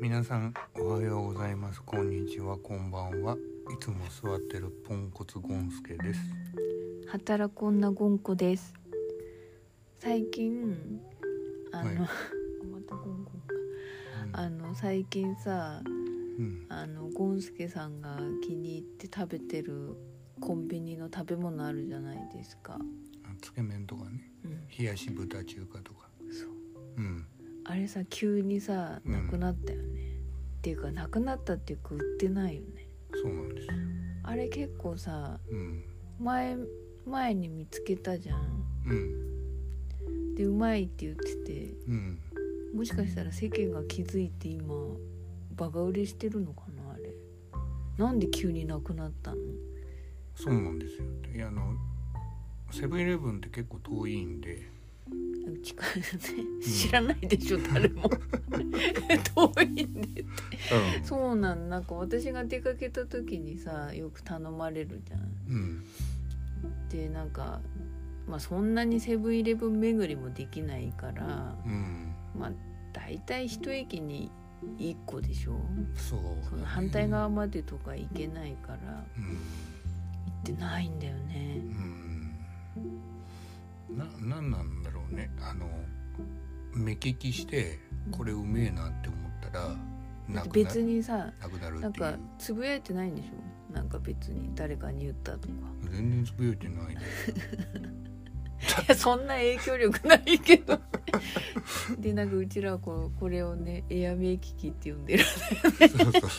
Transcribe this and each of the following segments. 皆さんおはようございますこんにちはこんばんはいつも座ってるポンコツゴンスケです働く女ゴンコです最近あの、はい またゴンゴンかあの最近さうんあのゴンスケさんが気に入って食べてるコンビニの食べ物あるじゃないですか、あつけ麺とかねうん、冷やし豚中華とかそううんあれさ急にさうんなくなったよね、っていうかなくなったっていうか売ってないよねそうなんですあれ結構さうん前前に見つけたじゃんうんでうまいって言っててうんもしかしたら世間が気づいて今バカ売れしてるのかなあれなんで急になくなったのそうなんですよいやあのセブンイレブンって結構遠いんでうちからね知らないでしょ誰も遠いんでそうなんなんか私が出かけた時にさよく頼まれるじゃうんんでなんかまあそんなにセブンイレブン巡りもできないからうんまあ大体一駅に1個でしょそうそだねの反対側までとか行けないからうん行ってないんだよねうんななんなんだろうねあの目利きしてこれうめえなって思ったらなくな別にさなくなるなんっていかうつぶやいてないんでしょなんか別に誰かに言っ たとか全然つぶやいてない でいやそんな影響力ないけど でなんかうちらはこうこれをねエアメイキキって呼んでるそうそうそう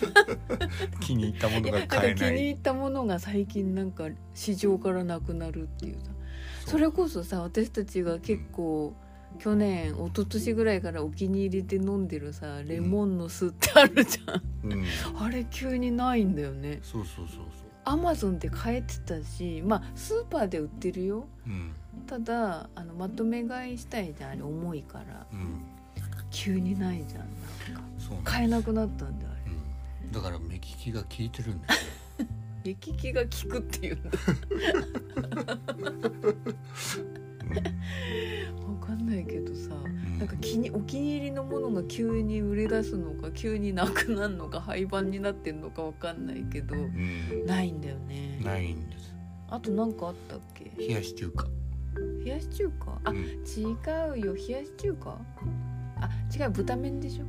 気に入ったもいのやが なんか買え気なに入いったものが最近なんか市場からなくなるっていうさそれこそさ私たちが結構去年一昨年ぐらいからお気に入りで飲んでるさレモンの酢ってあるじゃん、うん、あれ急にないんだよねそうそうそうそうアマゾンで買えてたしまあスーパーで売ってるようんただあのまとめ買いしたいじゃんあれ重いからうん急にないじゃんそうなん買えなくなったんだよあれうん、だから目利きが効いてるんですよ目利きが効くっていうんだわかんないけどさうんなんか気にお気に入りのものが急に売れ出すのか急になくなるのか廃盤になってんのかわかんないけどうんないんだよねないんですあとなんかあったっけ冷やし中華冷やし中華あうん、違うよ冷やし中華あ違う豚麺でしょ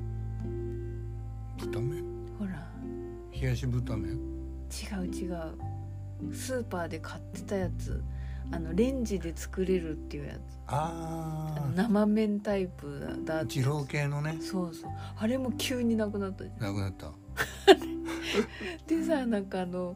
豚麺ほら冷やし豚麺違う違うスーパーで買ってたやつあのレンジで作れるっていうやつあああの生麺タイプだだって二郎系のねそうそうあれも急になくなったじゃんなくなったでさなんかあの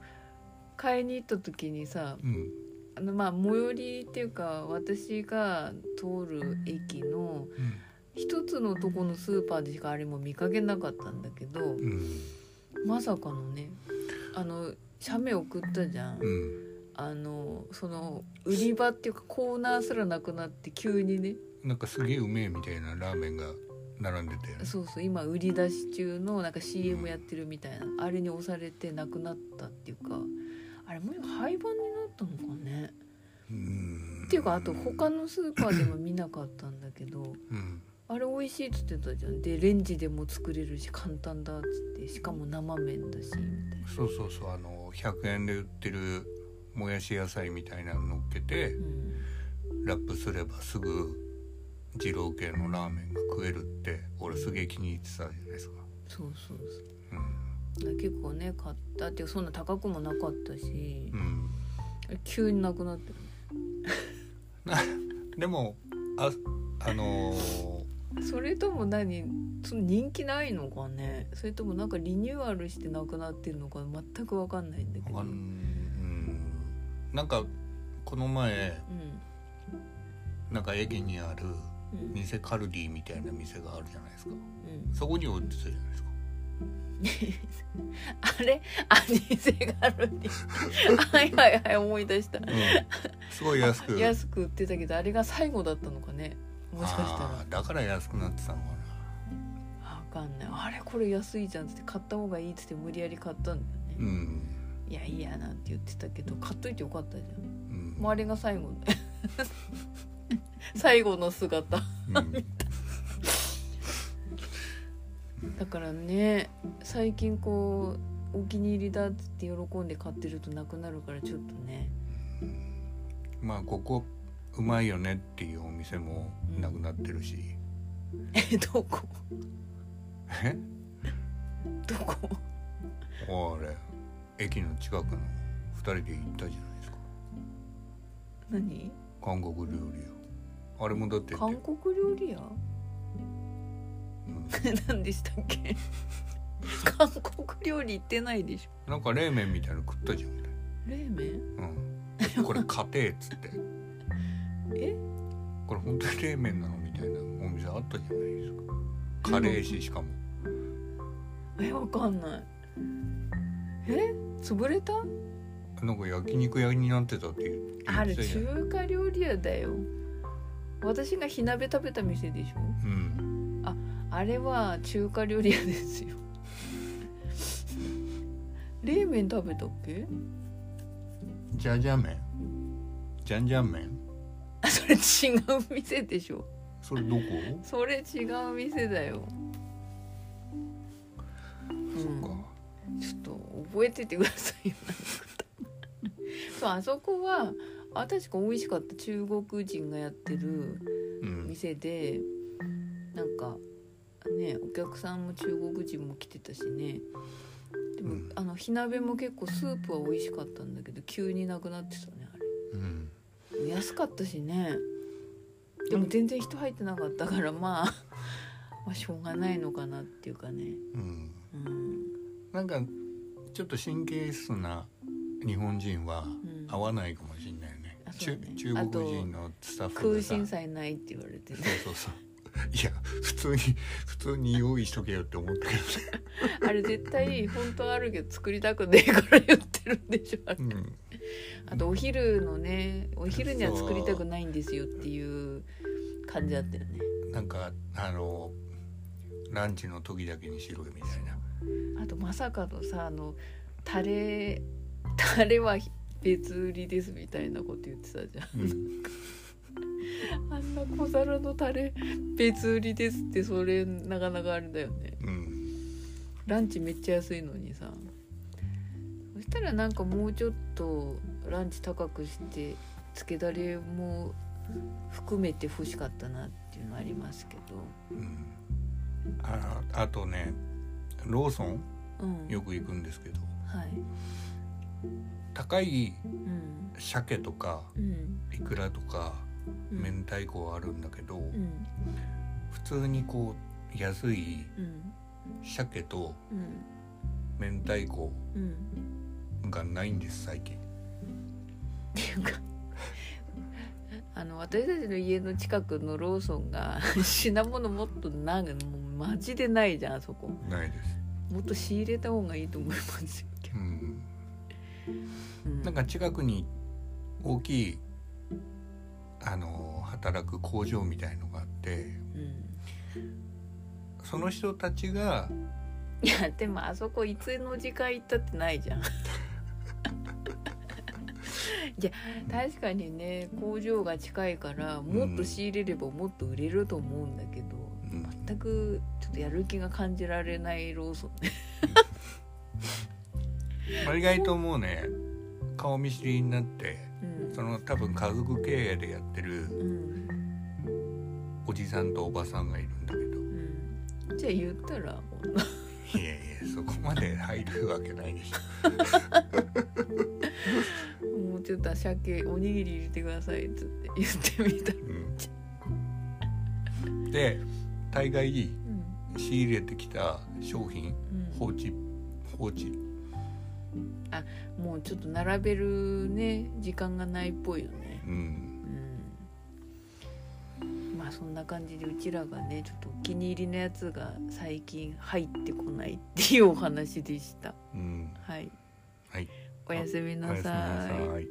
買いに行った時にさうんあのまあ最寄りっていうか私が通る駅のうん一つのとこのスーパーでしかあれも見かけなかったんだけうど、んまさかのねあの写メ送ったじゃん、うんあのその売り場っていうかコーナーすらなくなって急にねなんかすげえうめえみたいなラーメンが並んでたよねそうそう今売り出し中のなんか CM やってるみたいな、あれに押されてなくなったっていうかあれもう廃盤になったのかね、うんっていうかあと他のスーパーでも見なかったんだけどうんあれ美味しいっつってたじゃんでレンジでも作れるし簡単だっつってしかも生麺だしみたいな、そうそうそうあの100円で売ってるもやし野菜みたいなの乗っけてうん、ラップすればすぐ二郎系のラーメンが食えるって俺すげえ気に入ってたじゃないですかそうそうそう結構ね買ったっていうそんな高くもなかったしう、ん、うん急になくなったなよでもああのねそれとも何その人気ないのかねそれともなんかリニューアルしてなくなってるのか全く分かんないんだけーどわうんんうんなんかこの前なんか駅にあるうん店カルディみたいな店があるじゃないですかうん そこに置いてたじゃないですかあれあニセガルにはいはいはい思い出したうん、すごい安く 安く売ってたけどあれが最後だったのかねもしかしたあらーだから安くなってたのかな分かんないあれこれ安いじゃんっつって買った方がいいっつって無理やり買ったんだよね、うん、いやいいやなんて言ってたけど買っといてよかったじゃんうんもうあれが最後 ね最後の姿うん、だだからね最近こうお気に入りだっつって喜んで買ってるとなくなるからちょっとね まあここうまいよねっていうお店もなくなってるし、え どこえどこあれ駅の近くの2人で行ったじゃないですか何韓国料理屋あれもだって、韓国料理屋うん 何でしたっけ 韓国料理行ってないでしょなんか冷麺みたいなの食ったじゃん俺冷麺うん、これ家庭っつってえこれ本当に冷麺なのみたいなお店あったじゃないですかカレーししかもえわかんないえ潰れたなんか焼肉屋になってたっていうあれ言ってたじゃん中華料理屋だよ私が火鍋食べた店でしょうんあれは中華料理屋ですよ冷麺食べたっけ じゃじゃ麺じゃんじゃん麺あそれ違う店でしょそれどこそれ違う店だようんかちょっと覚えててくださいよなんかそうあそこはあ確か美味しかった中国人がやってるうん店でなんかねお客さんも中国人も来てたしねでも、うんあの火鍋も結構スープは美味しかったんだけど急になくなってたねあうんれ安かったしねでも全然人入ってなかったからまあまあしょうがないのかなっていうかねうんうんなんかちょっと神経質な日本人はん合わないかもしれないよね,、あそう中ね中あ国と人のスタッフ空がさ心菜ないって言われてねそうそうそう。いや普通に普通に用意しとけよって思ったけあれ絶対本当あるけど作りたくねえから言ってるんでしょあれど、うん、あとお昼のねお昼には作りたくないんですよっていう感じだったよねなんかあのランチの時だけにしろよみたいな。あとまさかのさあのタレタレは別売りですみたいなこと言ってたじゃうん、んあんな小皿のタレ別売りですってそれなかなかあれだよねうん、ランチめっちゃ安いのにさそしたらなんかもうちょっとランチ高くしてつけだれも含めて欲しかったなっていうのはありますけうん。ああとねローソンどうんよく行くんですけどはい高いうん鮭とかうんイクラとかうん明太子はあるんだけど、うん普通にこう安いうん鮭とうん明太子うんがないんです最近。っていうかあの私たちの家の近くのローソンが 品物もっとなんかもうマジでないじゃんあそこないです。もっと仕入れた方がいいと思いますよ、うんうん、なんか近くに大きいあの働く工場みたいのがあってうんその人たちがいやでもあそこいつの時間行ったってないじ ゃんいや確かにね工場が近いからもっと仕入れればもっと売れると思うんだけど、うん全くちょっとやる気が感じられないローソンねまあ意外ともうね顔見知りになってうんその多分家族経営でやってるうんおじさんとおばさんがいるんだけうんじゃあ言ったらどいやいやそこまで入るわけないでしょ。もうちょっと鮭おにぎり入れてくださいっつって言ってみたうら、ん、で大概うん仕入れてきた商品うん放置放置もうちょっと並べるね時間がないっぽいよね、うんうんまあそんな感じでうちらがねちょっとお気に入りのやつが最近入ってこないっていうお話でした。うんはい、はいおやすみおやなすみさいな。さい。